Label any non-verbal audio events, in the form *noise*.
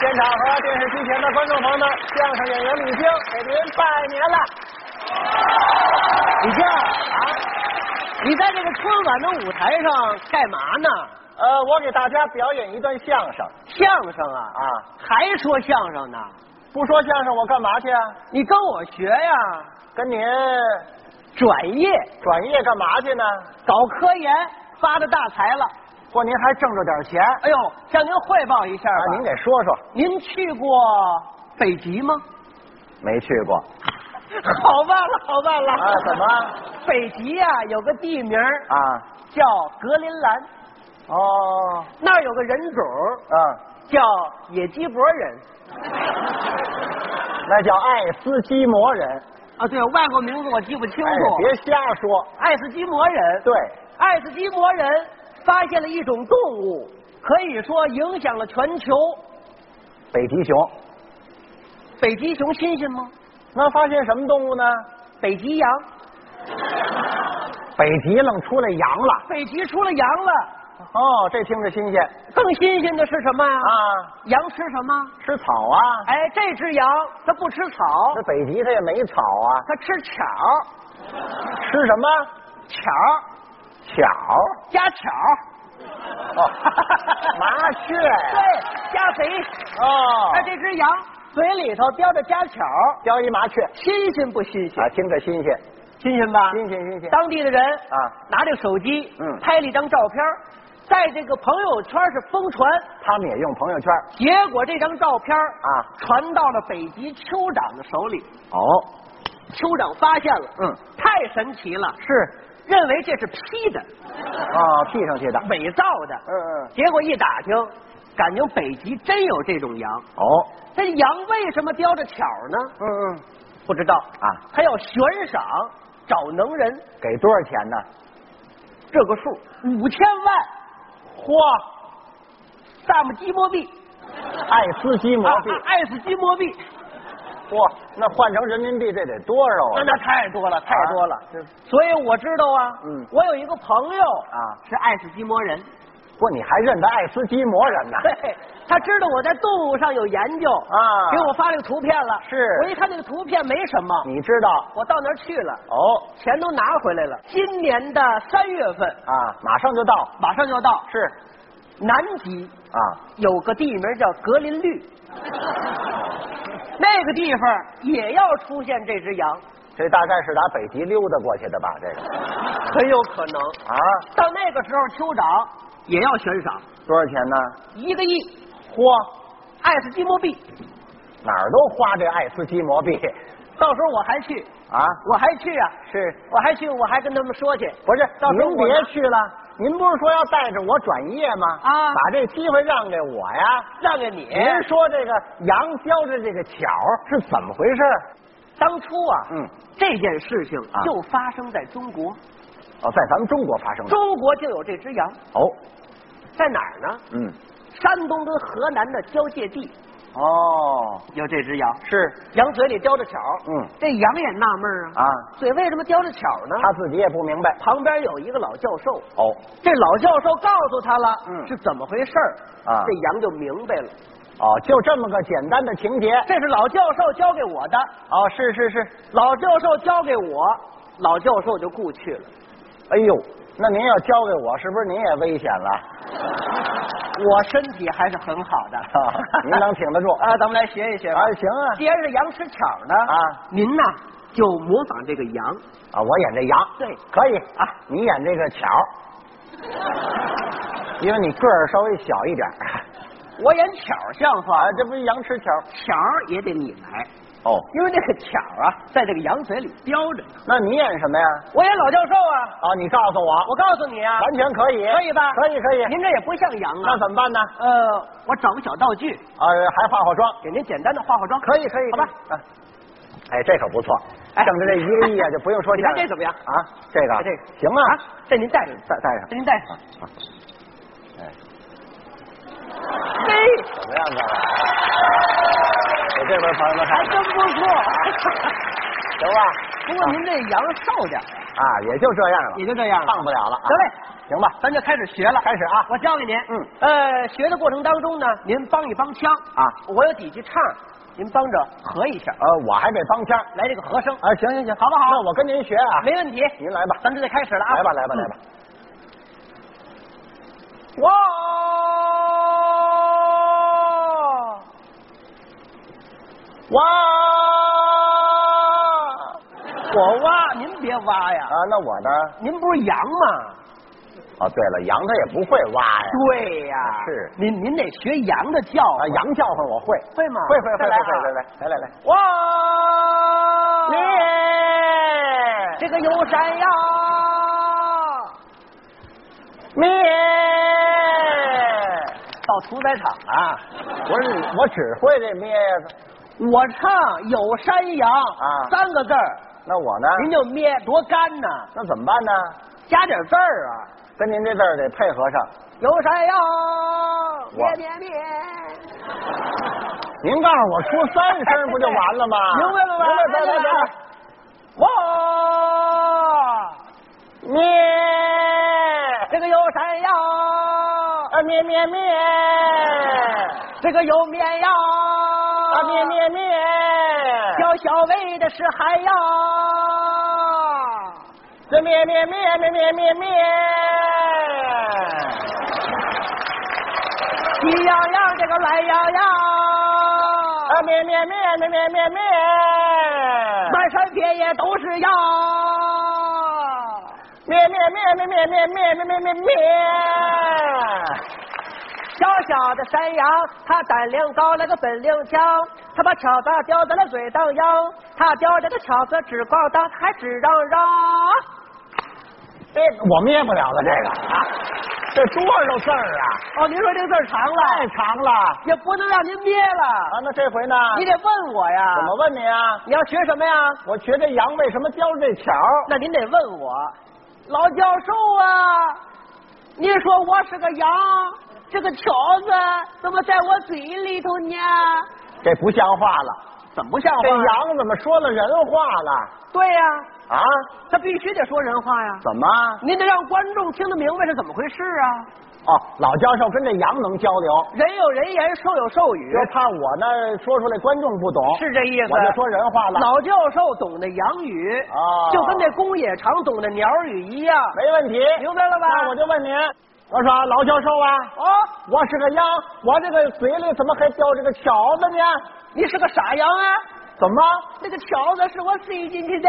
现场和电视机前的观众朋友们，相声演员李菁给您拜年了。李静，啊，你在这个春晚的舞台上干嘛呢？呃，我给大家表演一段相声相声啊啊，还说相声呢？不说相声我干嘛去啊？你跟我学呀，跟您转业转业干嘛去呢？搞科研，发的大财了。不，您还挣着点钱哎呦，向您汇报一下啊？吧。您给说说，您去过北极吗？没去过好办了，好办了。啊？怎么 *laughs* 北极呀、有个地名儿啊？叫格林兰，哦，那儿有个人种儿嗯，叫野鸡脖人那叫爱斯基摩人。啊，对，外国名字我记不清楚。哎别瞎说。爱斯基摩人，对，爱斯基摩人发现了一种动物，可以说影响了全球。北极熊。北极熊新鲜吗？那发现什么动物呢？北极羊，北极愣出来羊了。北极出了羊了，哦，这听着新鲜更新鲜的是什么呀？啊！羊吃什么？吃草啊？哎，这只羊它不吃草那，北极它也没草啊，它吃巧吃什么？巧巧。加巧，哦， *laughs* 麻雀。 *laughs* 对，加肥。哦哎，这只羊嘴里头叼着加巧，叼一麻雀新鲜不新鲜？啊，听着新鲜，新鲜吧？新鲜新鲜。当地的人啊拿这个手机，嗯拍了一张照片儿，在这个朋友圈是疯传，他们也用朋友圈。结果这张照片啊啊，传到了北极酋长的手里，哦，酋长发现了，嗯，太神奇了，是认为这是 P 的、啊，P 上去的。伪造的，嗯嗯。结果一打听，感情北极真有这种羊，哦，这羊为什么叼着巧呢？嗯嗯。不知道啊，他要悬赏找能人，给多少钱呢？这个数五千万，嚯！萨姆基摩币，爱斯基摩 *laughs* 币。啊啊爱斯基摩币，哇，那换成人民币这得多少啊？那那太多了，太多了。啊是所以我知道啊，嗯我有一个朋友啊是爱斯基摩人， *laughs* 不，你还认得爱斯基摩人呢？对，他知道我在动物上有研究啊给我发这个图片了。是嗯我一看这个图片没什么，你知道我到那儿去了，哦钱都拿回来了。今年的三月份啊，马上就到马上就要到，是南极啊，有个地名叫格林 *laughs* 绿，那个地方也要出现这只羊，这大概是打北极溜达过去的吧？这个很有可能。啊，到那个时候，酋长也要悬赏多少钱呢？一个亿嚯，爱斯基摩币。哪儿都花这爱斯基摩币到时候我还去，啊！我还去啊，是我还去，我还跟他们说去。不是到时候您我别去了，您不是说要带着我转业吗？啊把这机会让给我呀！让给你。您说这个羊叼着这个巧是怎么回事？当初啊，嗯，这件事情啊就发生在中国，哦，在咱们中国发生的中国就有这只羊，哦，在哪儿呢？嗯，山东跟河南的交界地哦，有这只羊，是羊嘴里叼着巧。嗯，这羊也纳闷儿啊，啊，嘴为什么叼着巧呢？他自己也不明白旁边有一个老教授，哦。这老教授告诉他了，嗯是怎么回事儿啊这羊就明白了。哦，就这么个简单的情节。这是老教授教给我的，哦，是是是。老教授教给我，老教授就故去了。哎呦，那您要交给我，是不是您也危险了？我身体还是很好的，啊您能 *laughs* 挺得住？啊？咱们来学一学吧。啊，行啊。既然是羊吃巧呢，啊，您呐就模仿这个羊，啊，我演这羊。对可以啊你演这个 *laughs* 巧，因为你个儿稍微小一点。我演巧像话啊，，这不是羊吃巧？巧也得你来，哦，因为这个巧啊，在这个羊嘴里叼着呢。那你演什么呀？我演老教授啊，哦，你告诉我，我告诉你啊，完全可以。可以吧？可以可以。您这也不像羊啊那。怎么办呢？呃，我找个小道具，啊，还化化妆。给您简单的化化妆。可以可以，好吧啊。哎，这可不错，哎挣着这一个 *laughs* 亿啊，就不用说你看相声这怎么样啊？这个哎这个行啊，，这您带着，带带上这您带上。啊啊，哎，嘿。怎么样，各位？我这边朋友们看还真不错。 *laughs* 行吧？哎不过您这羊瘦点儿，啊，也就这样了，也就这样了。胖不了了啊。得嘞，行吧，咱就开始学了。开始啊我教给您，嗯，呃，学的过程当中呢，您帮一帮腔啊我有几句唱，您帮着和一下，呃，我还得帮腔。来这个和声，啊，行行行，好不好那我跟您学啊，没问题。您来吧，咱们这就开始了啊！来吧，来吧，来吧。哇哇！我挖，您别挖呀啊！，那我呢？您不是羊吗？哦，对了，羊它也不会挖呀。对呀、啊是您您得学羊的叫啊，羊叫唤我会，会吗？会会会再会来啊会，来来来来来。哇！灭这个有闪耀，灭到屠宰场啊！我只我只会这咩呀，我唱有山羊啊三个字儿，那我呢？您就咩多干呢，那怎么办呢？加点字儿啊，跟您这字儿得配合上。有山羊，我咩咩咩，您告诉我出三声不就完了吗？明白了吧？明白，来来来来。哇！咩这个有山羊，啊咩咩咩这个有绵羊，哎啊咩咩咩，挑小喂的是海洋，这咩咩咩咩咩咩咩，喜羊羊这个懒羊羊，啊咩咩咩咩咩咩咩，啊满山遍野都是羊。咩咩咩咩咩咩咩咩咩咩咩，小小的山羊，它胆量高，那个本领强，它把巧子叼在了嘴当央，它叼着个巧子直咣当，还直嚷嚷。这我灭不了了这个啊，这多少字儿啊，哦，您说这个字儿长太了，长了啊，也不能让您憋了，那这回呢？你得问我呀。啊怎么问你啊？你要学什么呀？我学这羊为什么叼这巧？那您得问我，老教授啊，您说我是个羊，这个条子怎么在我嘴里头呢？这不像话了，怎么不像这羊怎么说了人话了？对呀、啊？他必须得说人话呀、怎么？您得让观众听得明白是怎么回事啊！哦，老教授跟这羊能交流，人有人言，兽有兽语，就怕我呢说出来观众不懂，是这意思。我就说人话了。老教授懂得洋语，哦就跟那公野长懂得鸟语一样，没问题，明白了吧？那我就问您，我说老教授啊，哦，我是个羊，我这个嘴里怎么还叼着个条子呢？你是个傻羊啊！怎么？ *laughs* 那个条子是我塞进去的。